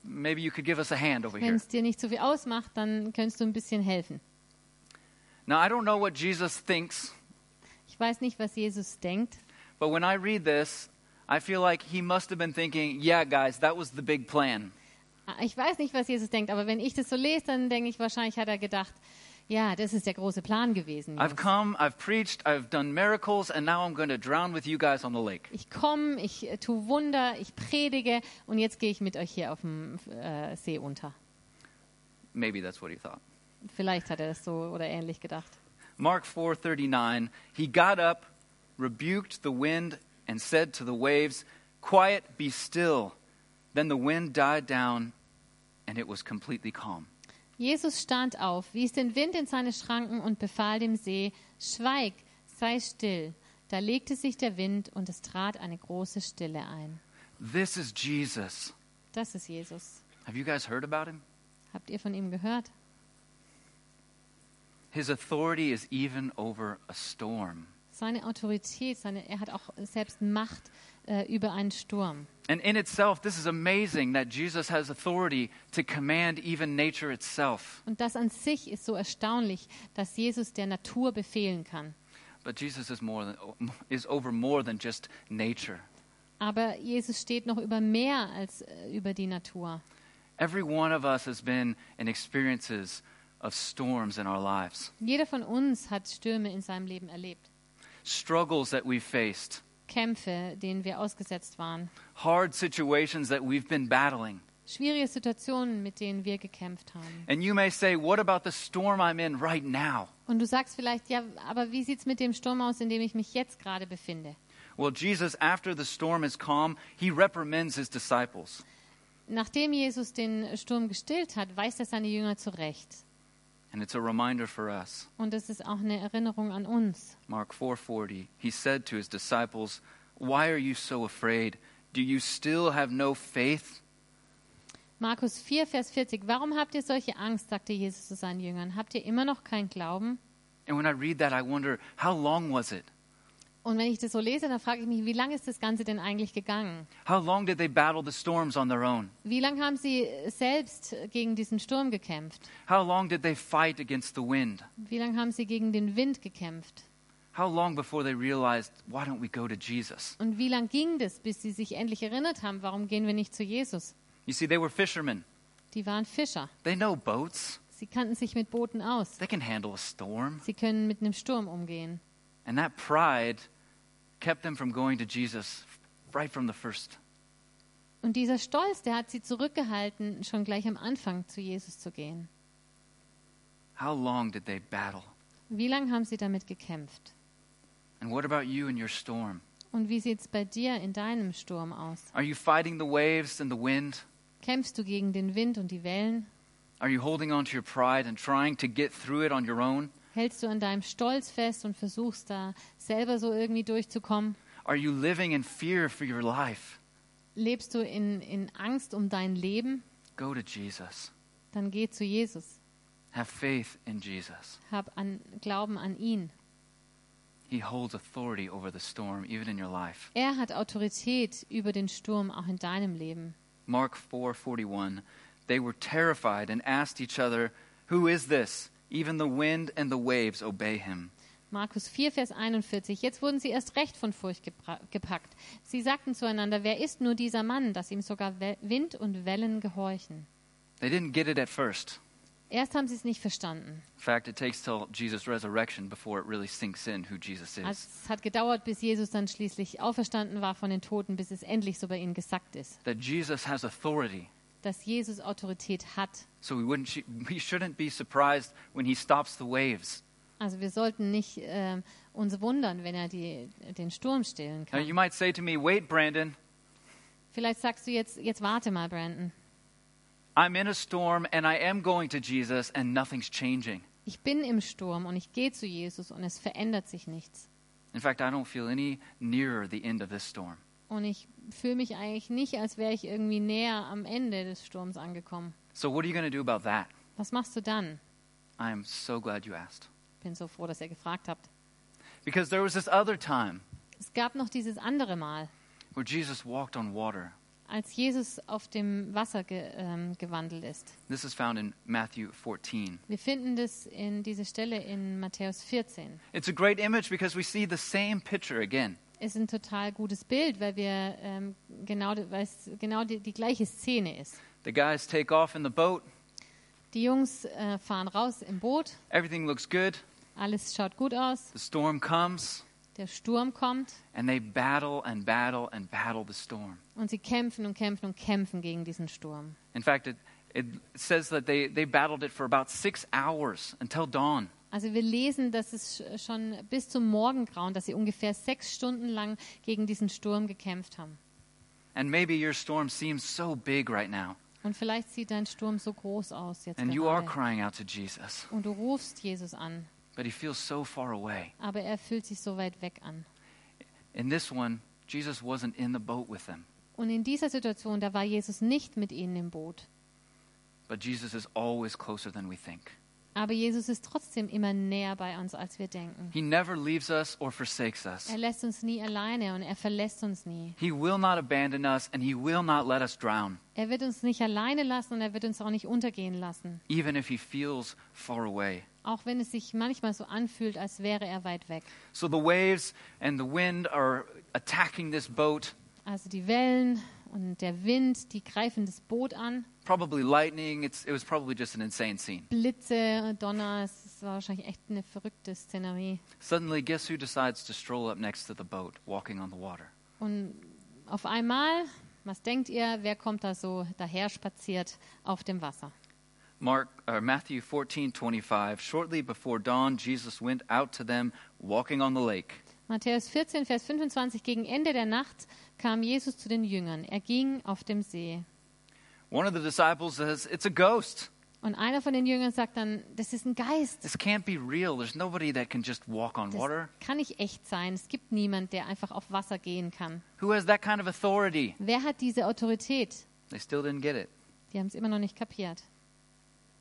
Speaker 2: maybe you could give us a hand over
Speaker 1: Wenn
Speaker 2: here.
Speaker 1: es dir nicht so viel ausmacht, dann könntest du ein bisschen helfen.
Speaker 2: Now, I don't know what Jesus thinks,
Speaker 1: Ich weiß nicht, was Jesus denkt,
Speaker 2: but when I read this, I feel like he must have been thinking, yeah, guys, that was the big plan.
Speaker 1: Ah, Ich weiß nicht, was Jesus denkt, aber wenn ich das so lese, dann denke ich, wahrscheinlich hat er gedacht, ja, das ist der große Plan gewesen.
Speaker 2: I've
Speaker 1: Jungs.
Speaker 2: come, I've preached, I've done miracles, and now I'm going to drown with you guys on the lake.
Speaker 1: Ich komme, ich äh, tue Wunder, ich predige und jetzt gehe ich mit euch hier auf dem äh, See unter.
Speaker 2: Maybe that's what he thought.
Speaker 1: Vielleicht hat er das so oder ähnlich gedacht.
Speaker 2: Mark 4:39, he got up, rebuked the wind and said to the waves, "Quiet, be still." Then the wind died down and it was completely calm.
Speaker 1: Jesus stand auf, wies den Wind in seine Schranken und befahl dem See, schweig, sei still. Da legte sich der Wind und es trat eine große Stille ein.
Speaker 2: This is Jesus.
Speaker 1: Das ist Jesus.
Speaker 2: Have you guys heard about him?
Speaker 1: Habt ihr von ihm gehört?
Speaker 2: His authority is even over a storm.
Speaker 1: Seine Autorität, seine, er hat auch selbst Macht äh, über einen Sturm.
Speaker 2: And in itself, this is amazing that Jesus has authority to command even nature itself.
Speaker 1: Und das an sich ist so erstaunlich, dass Jesus der Natur befehlen kann.
Speaker 2: But Jesus is more than, is over more than just nature.
Speaker 1: Aber Jesus steht noch über mehr als äh, über die Natur.
Speaker 2: Every one of us has been in experiences of storms in our lives,
Speaker 1: Jeder von uns hat Stürme in seinem Leben erlebt.
Speaker 2: struggles that we've faced,
Speaker 1: Kämpfe, denen wir ausgesetzt waren.
Speaker 2: hard situations that we've been battling.
Speaker 1: Schwierige Situationen, mit denen wir gekämpft haben.
Speaker 2: And you may say, What about the storm I'm in right now?
Speaker 1: Und du sagst vielleicht, ja, aber wie sieht's mit dem Sturm aus, in dem ich mich jetzt gerade befinde?
Speaker 2: Well, Jesus, after the storm is calm, he reprimands his disciples.
Speaker 1: Nachdem Jesus den Sturm gestillt hat, weist er seine Jünger zurecht.
Speaker 2: and it's a reminder for us.
Speaker 1: Und es ist auch eine Erinnerung an uns.
Speaker 2: Mark 4:40. He said to his disciples, "Why are you so afraid? Do you still have no faith?"
Speaker 1: Markus 4, Vers 40. Warum habt ihr solche Angst, sagte Jesus zu seinen Jüngern. Habt ihr immer noch keinen Glauben?
Speaker 2: And when I read that, I wonder, how long was it?
Speaker 1: Und wenn ich das so lese, dann frage ich mich, wie lange ist das Ganze denn eigentlich gegangen?
Speaker 2: How long did they battle the storms on their own?
Speaker 1: Wie lange haben sie selbst gegen diesen Sturm gekämpft?
Speaker 2: How long did they fight against the wind?
Speaker 1: Wie lange haben sie gegen den Wind gekämpft?
Speaker 2: How long before they realized, why don't we go to Jesus?
Speaker 1: Und wie lange ging das, bis sie sich endlich erinnert haben, warum gehen wir nicht zu Jesus?
Speaker 2: You see, they were fishermen.
Speaker 1: Die waren Fischer.
Speaker 2: They know boats,
Speaker 1: Sie kannten sich mit Booten aus.
Speaker 2: they can handle a storm.
Speaker 1: Sie können mit einem Sturm umgehen.
Speaker 2: And that pride kept them from going to Jesus right from the first.
Speaker 1: Und dieser Stolz, der hat sie zurückgehalten, schon gleich am Anfang zu Jesus zu gehen.
Speaker 2: How long did they battle?
Speaker 1: Wie lange haben sie damit gekämpft?
Speaker 2: And what about you and your storm?
Speaker 1: Und wie sieht es bei dir in deinem Sturm aus?
Speaker 2: Are you fighting the waves and the wind?
Speaker 1: Kämpfst du gegen den Wind und die Wellen?
Speaker 2: Are you holding on to your pride and trying to get through it on your own?
Speaker 1: Hältst du an deinem Stolz fest und versuchst da selber so irgendwie durchzukommen?
Speaker 2: Are you living in fear for your life?
Speaker 1: Lebst du in, in Angst um dein Leben?
Speaker 2: Go to Jesus.
Speaker 1: Dann geh zu Jesus.
Speaker 2: Have faith in Jesus.
Speaker 1: Hab an, Glauben an ihn.
Speaker 2: He holds authority over the storm, even in your life.
Speaker 1: Er hat Autorität über den Sturm auch in deinem Leben.
Speaker 2: Mark 4:41. They were terrified and asked each other, "Who is this? Even the wind and the waves obey him."
Speaker 1: Markus 4, Vers 41. Jetzt wurden sie erst recht von Furcht gebra- gepackt. Sie sagten zueinander, wer ist nur dieser Mann, dass ihm sogar We- Wind und Wellen gehorchen?
Speaker 2: They didn't get it at first.
Speaker 1: Erst haben sie es nicht verstanden.
Speaker 2: In fact, it takes till Jesus' resurrection before it really sinks in who Jesus is.
Speaker 1: Also es hat gedauert, bis Jesus dann schließlich auferstanden war von den Toten, bis es endlich so bei ihnen gesackt ist,
Speaker 2: that Jesus has authority.
Speaker 1: dass Jesus Autorität hat.
Speaker 2: So we wouldn't sh- we shouldn't be surprised when he stops the waves.
Speaker 1: Also wir sollten nicht ähm, uns wundern, wenn er die, den Sturm stillen
Speaker 2: Now
Speaker 1: kann.
Speaker 2: you might say to me, "Wait, Brandon,
Speaker 1: Vielleicht sagst du jetzt, jetzt warte mal, Brandon.
Speaker 2: I'm in a storm and I am going to Jesus and nothing's changing.
Speaker 1: Ich bin im Sturm und ich gehe zu Jesus und es verändert sich nichts.
Speaker 2: In fact, I don't feel any nearer the end of this storm.
Speaker 1: Und ich fühle mich eigentlich nicht, als wäre ich irgendwie näher am Ende des Sturms angekommen.
Speaker 2: So what are you going to do about that?
Speaker 1: Was machst du dann?
Speaker 2: I am so glad you asked.
Speaker 1: Bin so froh, dass ihr gefragt habt.
Speaker 2: Because there was this other time
Speaker 1: Es gab noch dieses andere Mal,
Speaker 2: where Jesus walked on water.
Speaker 1: als Jesus auf dem Wasser ge ähm, gewandelt ist.
Speaker 2: This is found in Matthew 14.
Speaker 1: Wir finden das in diese Stelle in Matthäus 14.
Speaker 2: It's a great image because we see the same picture again.
Speaker 1: Ist ein total gutes Bild, weil wir ähm, genau, weil es genau die, die gleiche Szene ist.
Speaker 2: The guys take off in the boat.
Speaker 1: Die Jungs äh, fahren raus im Boot,
Speaker 2: Everything looks good.
Speaker 1: alles schaut gut aus,
Speaker 2: The storm comes,
Speaker 1: der Sturm kommt
Speaker 2: and they battle and battle and battle the storm.
Speaker 1: und sie kämpfen und kämpfen und kämpfen gegen diesen Sturm.
Speaker 2: In fact, it, it says that they, they battled it for about six hours until dawn.
Speaker 1: Also wir lesen, dass es sch- schon bis zum Morgengrauen, dass sie ungefähr sechs Stunden lang gegen diesen Sturm gekämpft haben.
Speaker 2: And maybe your storm seems so big right now,
Speaker 1: Und vielleicht sieht dein Sturm so groß aus jetzt
Speaker 2: and you are
Speaker 1: gerade.
Speaker 2: crying out to Jesus,
Speaker 1: Und du rufst Jesus an,
Speaker 2: but he feels so far away.
Speaker 1: aber er fühlt sich so weit weg an.
Speaker 2: In this one, Jesus wasn't in the boat with them,
Speaker 1: Und in dieser Situation, da war Jesus nicht mit ihnen im Boot.
Speaker 2: but Jesus is always closer than we think.
Speaker 1: Aber Jesus ist trotzdem immer näher bei uns, als wir denken.
Speaker 2: He never leaves us or forsakes us.
Speaker 1: Er lässt uns nie alleine und er verlässt uns nie.
Speaker 2: He will not abandon us, and he will not let us drown,
Speaker 1: Er wird uns nicht alleine lassen und er wird uns auch nicht untergehen lassen,
Speaker 2: even if he feels far away.
Speaker 1: auch wenn es sich manchmal so anfühlt, als wäre er weit weg.
Speaker 2: So the waves and the wind are attacking this boat,
Speaker 1: Also die Wellen und der Wind, die greifen das Boot an.
Speaker 2: probably lightning. It's, it was probably just an insane scene.
Speaker 1: Blitze, Donner, es war wahrscheinlich echt eine verrückte Szenerie.
Speaker 2: Suddenly, guess who decides to stroll up next to the boat, walking on the water?
Speaker 1: Und auf einmal, was denkt ihr, wer kommt da so daher spaziert auf dem Wasser?
Speaker 2: Mark or Matthew 14:25 Shortly before dawn Jesus went out to them walking on the lake.
Speaker 1: Matthäus 14, Vers 25, gegen Ende der Nacht kam Jesus zu den Jüngern. Er ging auf dem See.
Speaker 2: One of the disciples says, "It's a ghost."
Speaker 1: Und einer von den Jüngern sagt dann, das ist ein Geist.
Speaker 2: This can't be real. There's nobody that can just walk on
Speaker 1: Das
Speaker 2: water.
Speaker 1: kann nicht echt sein. Es gibt niemand, der einfach auf Wasser gehen kann.
Speaker 2: Who has that kind of authority?
Speaker 1: Wer hat diese Autorität?
Speaker 2: They still didn't get it.
Speaker 1: Die haben es immer noch nicht kapiert.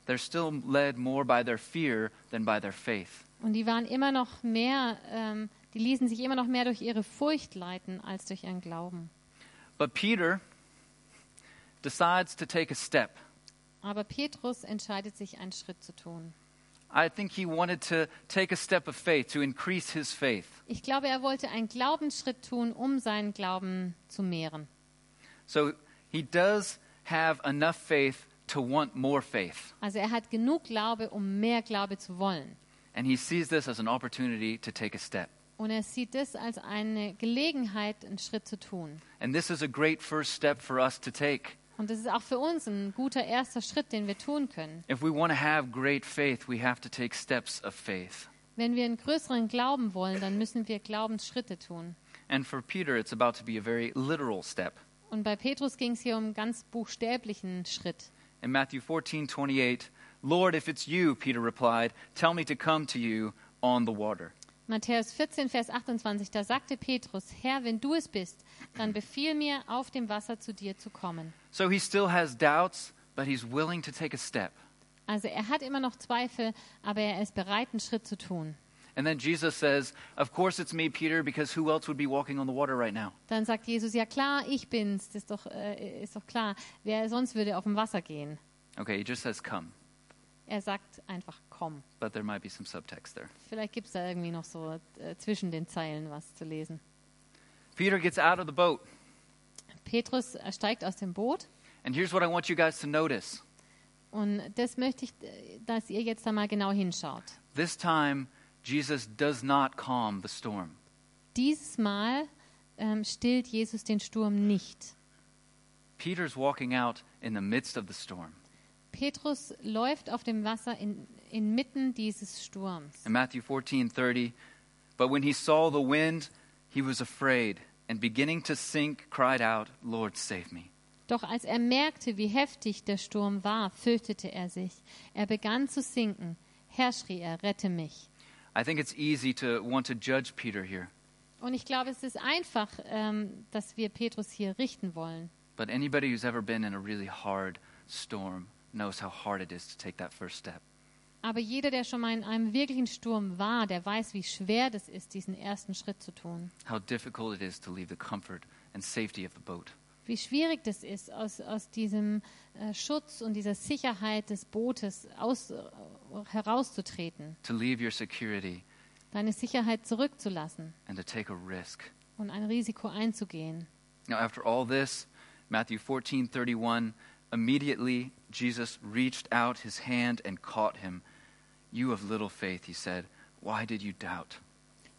Speaker 2: They're still led more by their fear than by their faith.
Speaker 1: Und die waren immer noch mehr, ähm, die ließen sich immer noch mehr durch ihre Furcht leiten als durch ihren Glauben.
Speaker 2: But Peter decides to take a step.
Speaker 1: Aber Petrus entscheidet sich, einen Schritt zu tun.
Speaker 2: I think he wanted to take a step of faith to increase his faith.
Speaker 1: Ich glaube, er wollte einen Glaubensschritt tun, um seinen Glauben zu mehren.
Speaker 2: So he does have enough faith to want more faith.
Speaker 1: Also er hat genug Glaube, um mehr Glaube zu wollen.
Speaker 2: And he sees this as an opportunity to take a step.
Speaker 1: Und er sieht das als eine Gelegenheit, einen Schritt zu tun.
Speaker 2: And this is a great first step for us to take.
Speaker 1: Und das ist auch für uns ein guter erster Schritt, den wir tun können.
Speaker 2: If we want to have great faith, we have to take steps of faith.
Speaker 1: Wenn wir einen größeren Glauben wollen, dann müssen wir Glaubensschritte tun.
Speaker 2: And for Peter, it's about to be a very literal step.
Speaker 1: Und bei Petrus ging es hier um einen ganz buchstäblichen Schritt.
Speaker 2: In Matthew 14, 28, Lord, if it's you, Peter replied, tell me to come to you on the water.
Speaker 1: Matthäus 14, Vers 28, da sagte Petrus, Herr, wenn du es bist, dann befiehl mir, auf dem Wasser zu dir zu kommen.
Speaker 2: So he still has doubts, but he's willing to take a step.
Speaker 1: Also er hat immer noch Zweifel, aber er ist bereit, einen Schritt zu tun.
Speaker 2: And then Jesus says, Of course it's me, Peter, because who else would be walking on the water right now?
Speaker 1: Dann sagt Jesus, ja klar, ich bin's, das ist doch, äh, ist doch klar. Wer sonst würde auf dem Wasser gehen?
Speaker 2: Okay, he just says, Come.
Speaker 1: Er sagt einfach, komm.
Speaker 2: But there might be some subtext there.
Speaker 1: Vielleicht gibt es da irgendwie noch so äh, zwischen den Zeilen was zu lesen.
Speaker 2: Peter gets out of the boat.
Speaker 1: Petrus äh, steigt aus dem Boot
Speaker 2: And here's what I want you guys to notice
Speaker 1: und das möchte ich, äh, dass ihr jetzt da mal genau hinschaut.
Speaker 2: this time, Jesus does not calm the storm.
Speaker 1: Dieses Mal ähm, stillt Jesus den Sturm nicht.
Speaker 2: Peter's walking out in the midst of the storm.
Speaker 1: Petrus läuft auf dem Wasser in, inmitten dieses Sturms.
Speaker 2: In Matthew 14:30, but when he saw the wind, he was afraid, and beginning to sink, cried out, "Lord, save me."
Speaker 1: Doch als er merkte, wie heftig der Sturm war, fürchtete er sich. Er begann zu sinken. Herr, schrie er, rette mich.
Speaker 2: I think it's easy to want to judge Peter here,
Speaker 1: Und ich glaube, es ist einfach, ähm, dass wir Petrus hier richten wollen.
Speaker 2: but anybody who's ever been in a really hard storm knows how hard it is to take that first step.
Speaker 1: Aber jeder, der schon mal in einem wirklichen Sturm war, der weiß, wie schwer das ist, diesen ersten Schritt zu tun.
Speaker 2: How difficult it is to leave the comfort and safety of the boat.
Speaker 1: Wie schwierig das ist, aus, aus diesem äh, Schutz und dieser Sicherheit des Bootes aus, äh, herauszutreten,
Speaker 2: to leave your security
Speaker 1: deine Sicherheit zurückzulassen
Speaker 2: and to take a risk.
Speaker 1: und ein Risiko einzugehen.
Speaker 2: Now after all this, Matthew 14:31, immediately Jesus reached out his hand and caught him. You of little faith, he said, why did you doubt?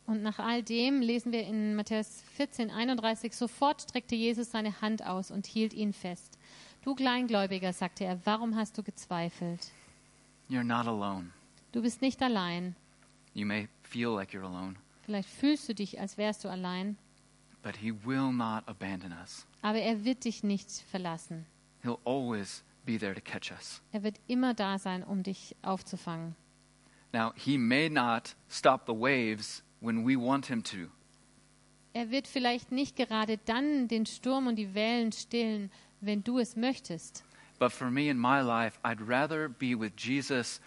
Speaker 1: Und nach all dem lesen wir in Matthäus 14, 31, sofort streckte Jesus seine Hand aus und hielt ihn fest. Du Kleingläubiger, sagte er, warum hast du gezweifelt?
Speaker 2: You're not alone.
Speaker 1: Du bist nicht allein.
Speaker 2: You may feel like you're alone,
Speaker 1: Vielleicht fühlst du dich, als wärst du allein,
Speaker 2: but he will not abandon us.
Speaker 1: aber er wird dich nicht verlassen.
Speaker 2: He'll always be there to catch us.
Speaker 1: Er wird immer da sein, um dich aufzufangen.
Speaker 2: Now, he may not stop the waves when we want him to,
Speaker 1: Er wird vielleicht nicht gerade dann den Sturm und die Wellen stillen, wenn du es möchtest.
Speaker 2: But for me in my life, I'd rather be with Jesus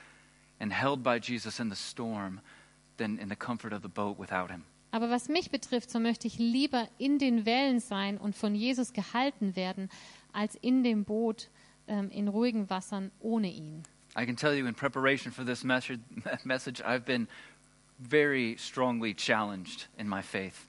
Speaker 2: and held by Jesus in the storm than in the comfort of the boat without him.
Speaker 1: Aber was mich betrifft, so möchte ich lieber in den Wellen sein und von Jesus gehalten werden, als in dem Boot ähm, in ruhigen Wassern ohne ihn.
Speaker 2: I can tell you in preparation for this message, message I've been very strongly challenged in my faith.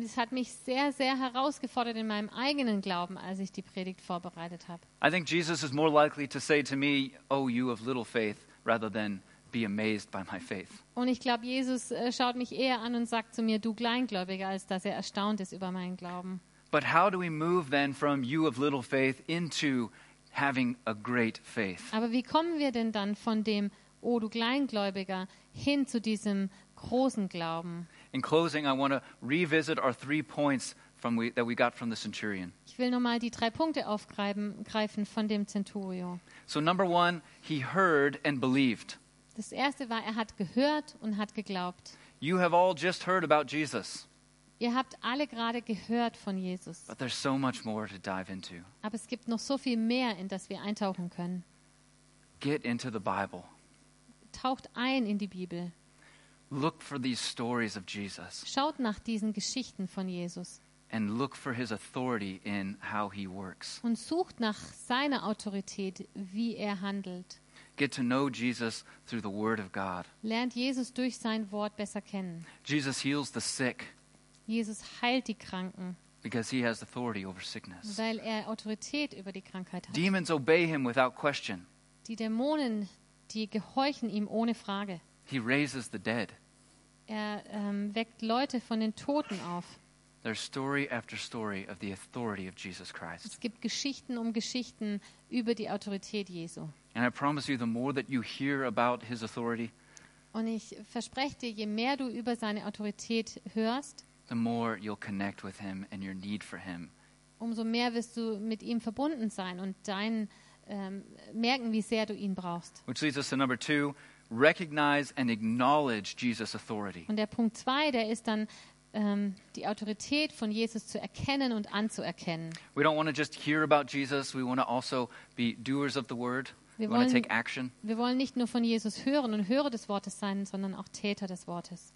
Speaker 1: Es hat mich sehr, sehr herausgefordert in meinem eigenen Glauben, als ich die Predigt vorbereitet habe.
Speaker 2: I think Jesus is more likely to say to me, Oh, you of little faith, rather than be amazed by my faith.
Speaker 1: Und ich glaube, Jesus äh, schaut mich eher an und sagt zu mir, du Kleingläubiger, als dass er erstaunt ist über meinen Glauben.
Speaker 2: But how do we move then from you of little faith into having a great faith?
Speaker 1: Aber wie kommen wir denn dann von dem, oh du Kleingläubiger, hin zu diesem großen Glauben?
Speaker 2: In closing, I want to revisit our three points from we, that we got from the centurion.
Speaker 1: Ich will nur mal die drei Punkte aufgreifen greifen von dem Zenturio.
Speaker 2: So, number one, he heard and believed.
Speaker 1: Das erste war, er hat gehört und hat geglaubt.
Speaker 2: You have all just heard about Jesus,
Speaker 1: Ihr habt alle gerade gehört von Jesus,
Speaker 2: but there's so much more to dive into.
Speaker 1: aber es gibt noch so viel mehr, in das wir eintauchen können.
Speaker 2: Get into the Bible,
Speaker 1: Taucht ein in die Bibel.
Speaker 2: look for these stories of Jesus,
Speaker 1: Schaut nach diesen Geschichten von Jesus
Speaker 2: and look for his authority in how he works.
Speaker 1: und sucht nach seiner Autorität, wie er handelt.
Speaker 2: Get to know Jesus through the Word of God.
Speaker 1: Lernt Jesus durch sein Wort besser kennen.
Speaker 2: Jesus heals the sick
Speaker 1: Jesus heilt die Kranken,
Speaker 2: because he has authority over sickness.
Speaker 1: weil er Autorität über die Krankheit hat.
Speaker 2: Demons obey him without question.
Speaker 1: Die Dämonen, die gehorchen ihm ohne Frage.
Speaker 2: He raises the dead.
Speaker 1: Er ähm, weckt Leute von den Toten auf.
Speaker 2: There's story after story of the authority of Jesus Christ.
Speaker 1: Es gibt Geschichten um Geschichten über die Autorität Jesu.
Speaker 2: And I promise you, the more that you hear about his authority,
Speaker 1: Und ich verspreche dir, je mehr du über seine Autorität hörst,
Speaker 2: the more you'll connect with him and your need for him.
Speaker 1: umso mehr wirst du mit ihm verbunden sein und dein, ähm, merken, wie sehr du ihn brauchst.
Speaker 2: Which leads us to number two recognize and acknowledge Jesus' authority.
Speaker 1: Und der Punkt zwei, der ist dann ähm, die Autorität von Jesus zu erkennen und anzuerkennen.
Speaker 2: We don't want to just hear about Jesus, we want to also be doers of the word. We
Speaker 1: Wir
Speaker 2: want to
Speaker 1: wollen-
Speaker 2: take action.
Speaker 1: Wir wollen nicht nur von Jesus hören und Hörer des Wortes sein, sondern auch Täter des Wortes.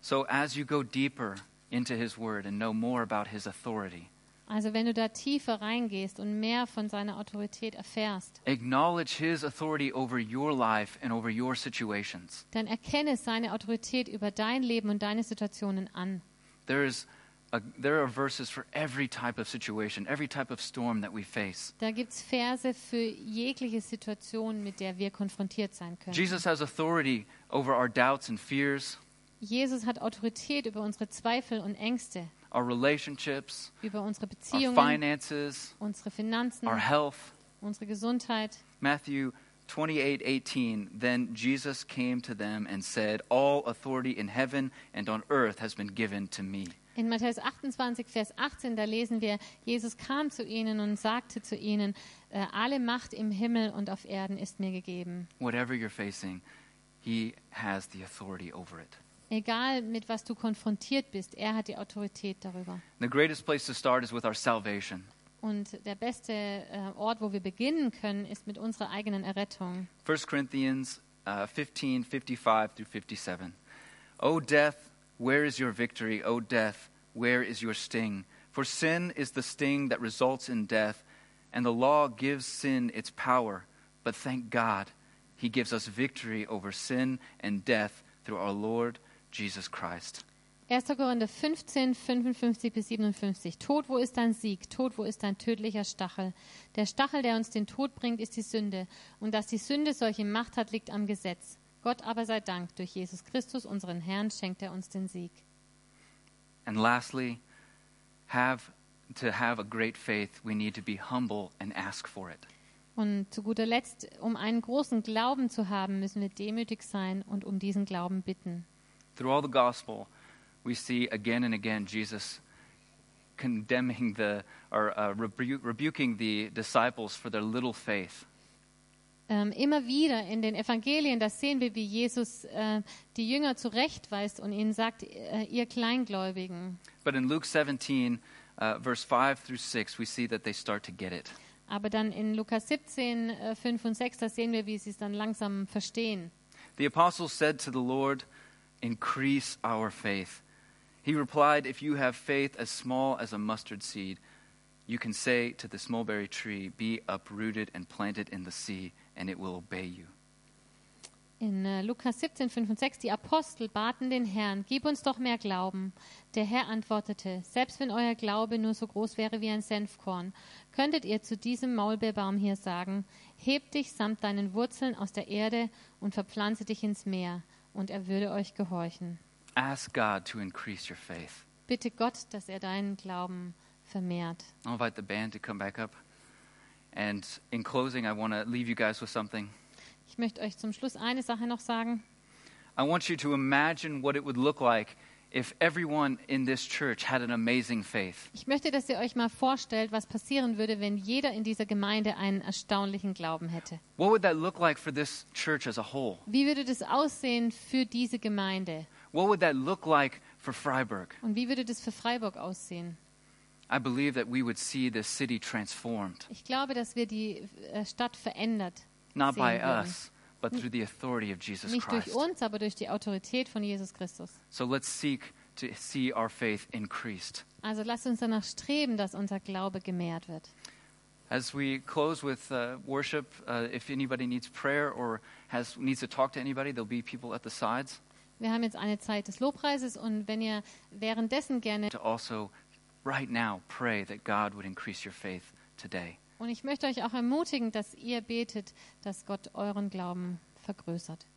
Speaker 2: So as you go deeper into his word and know more about his authority,
Speaker 1: Also wenn du da tiefer reingehst und mehr von seiner Autorität erfährst,
Speaker 2: acknowledge his authority over your life and over your situations.
Speaker 1: dann erkenne seine Autorität über dein Leben und deine Situationen an.
Speaker 2: There is a, there are verses for every type of situation, every type of storm that we face.
Speaker 1: Da gibt es Verse für jegliche Situation, mit der wir konfrontiert sein können.
Speaker 2: Jesus has authority over our doubts and fears,
Speaker 1: Jesus hat Autorität über unsere Zweifel und Ängste,
Speaker 2: our relationships,
Speaker 1: über unsere
Speaker 2: our
Speaker 1: Beziehungen,
Speaker 2: finances,
Speaker 1: unsere Finanzen,
Speaker 2: our health.
Speaker 1: unsere Gesundheit.
Speaker 2: Matthew 28:18 Then Jesus came to them and said, "All authority in heaven and on earth has been given to me."
Speaker 1: In Matthäus 28, Vers 18, da lesen wir, Jesus kam zu ihnen und sagte zu ihnen, äh, alle Macht im Himmel und auf Erden ist mir gegeben.
Speaker 2: Whatever you're facing, he has the authority over it.
Speaker 1: Egal, mit was du konfrontiert bist, er hat die Autorität darüber.
Speaker 2: The greatest place to start is with our salvation.
Speaker 1: Und der beste äh, Ort, wo wir beginnen können, ist mit unserer eigenen Errettung.
Speaker 2: 1 Corinthians uh, 15, 55 through 57. O death, where is your victory? O death, where is your sting? For sin is the sting that results in death, and the law gives sin its power. But thank God, he gives us victory over sin and death through our Lord Jesus Christ.
Speaker 1: 1. Korinther 15, 55 bis 57. Tod, wo ist dein Sieg? Tod, wo ist dein tödlicher Stachel? Der Stachel, der uns den Tod bringt, ist die Sünde. Und dass die Sünde solche Macht hat, liegt am Gesetz. Gott aber sei Dank, durch Jesus Christus, unseren Herrn, schenkt er uns den Sieg.
Speaker 2: And lastly, have to have a great faith, we need to be humble and ask for it.
Speaker 1: Und zu guter Letzt, um einen großen Glauben zu haben, müssen wir demütig sein und um diesen Glauben bitten.
Speaker 2: Through all the gospel, we see again and again Jesus condemning the or uh, rebu- rebuking the disciples for their little faith.
Speaker 1: Ähm, immer wieder in den Evangelien, da sehen wir, wie Jesus äh, die Jünger zurechtweist und ihnen sagt, äh, ihr Kleingläubigen.
Speaker 2: But in Luke 17, uh, verse 5 through 6, we see that they start to get it.
Speaker 1: Aber dann in Lukas 17, äh, 5 und 6, da sehen wir, wie sie es dann langsam verstehen.
Speaker 2: The apostles said to the Lord, Increase our faith. He replied, If you have faith as small as a mustard seed, you can say to this mulberry tree, Be uprooted and planted in the sea, and it will obey you.
Speaker 1: In äh, Lukas 17, 5 und 6, die Apostel baten den Herrn, gib uns doch mehr Glauben. Der Herr antwortete, selbst wenn euer Glaube nur so groß wäre wie ein Senfkorn, könntet ihr zu diesem Maulbeerbaum hier sagen, heb dich samt deinen Wurzeln aus der Erde und verpflanze dich ins Meer, und er würde euch gehorchen.
Speaker 2: Ask God to increase your faith.
Speaker 1: Bitte Gott, dass er deinen Glauben vermehrt.
Speaker 2: I'll invite the band to come back up. And in closing, I want to leave you guys with something.
Speaker 1: Ich möchte euch zum Schluss eine Sache noch sagen.
Speaker 2: I want you to imagine what it would look like if everyone in this church had an amazing faith.
Speaker 1: Ich möchte, dass ihr euch mal vorstellt, was passieren würde, wenn jeder in dieser Gemeinde einen erstaunlichen Glauben hätte.
Speaker 2: What would that look like for this church as a whole?
Speaker 1: Wie würde das aussehen für diese Gemeinde?
Speaker 2: What would that look like for Freiburg?
Speaker 1: Und wie würde das für Freiburg aussehen?
Speaker 2: I believe that we would see this city transformed,
Speaker 1: Ich glaube, dass wir die äh, Stadt verändert.
Speaker 2: not
Speaker 1: sehen
Speaker 2: by
Speaker 1: würden.
Speaker 2: us, but through the authority of Jesus
Speaker 1: Nicht durch
Speaker 2: Christ.
Speaker 1: uns, aber durch die Autorität von Jesus Christus.
Speaker 2: So let's seek to see our faith increased.
Speaker 1: Also lasst uns danach streben, dass unser Glaube gemehrt wird.
Speaker 2: As we close with uh, worship, uh, if anybody needs prayer or has, needs to talk to anybody, there'll be people at the sides
Speaker 1: Wir haben jetzt eine Zeit des Lobpreises und wenn ihr währenddessen gerne
Speaker 2: to also, right now, pray that God would increase your faith today.
Speaker 1: und ich möchte euch auch ermutigen, dass ihr betet, dass Gott euren Glauben vergrößert.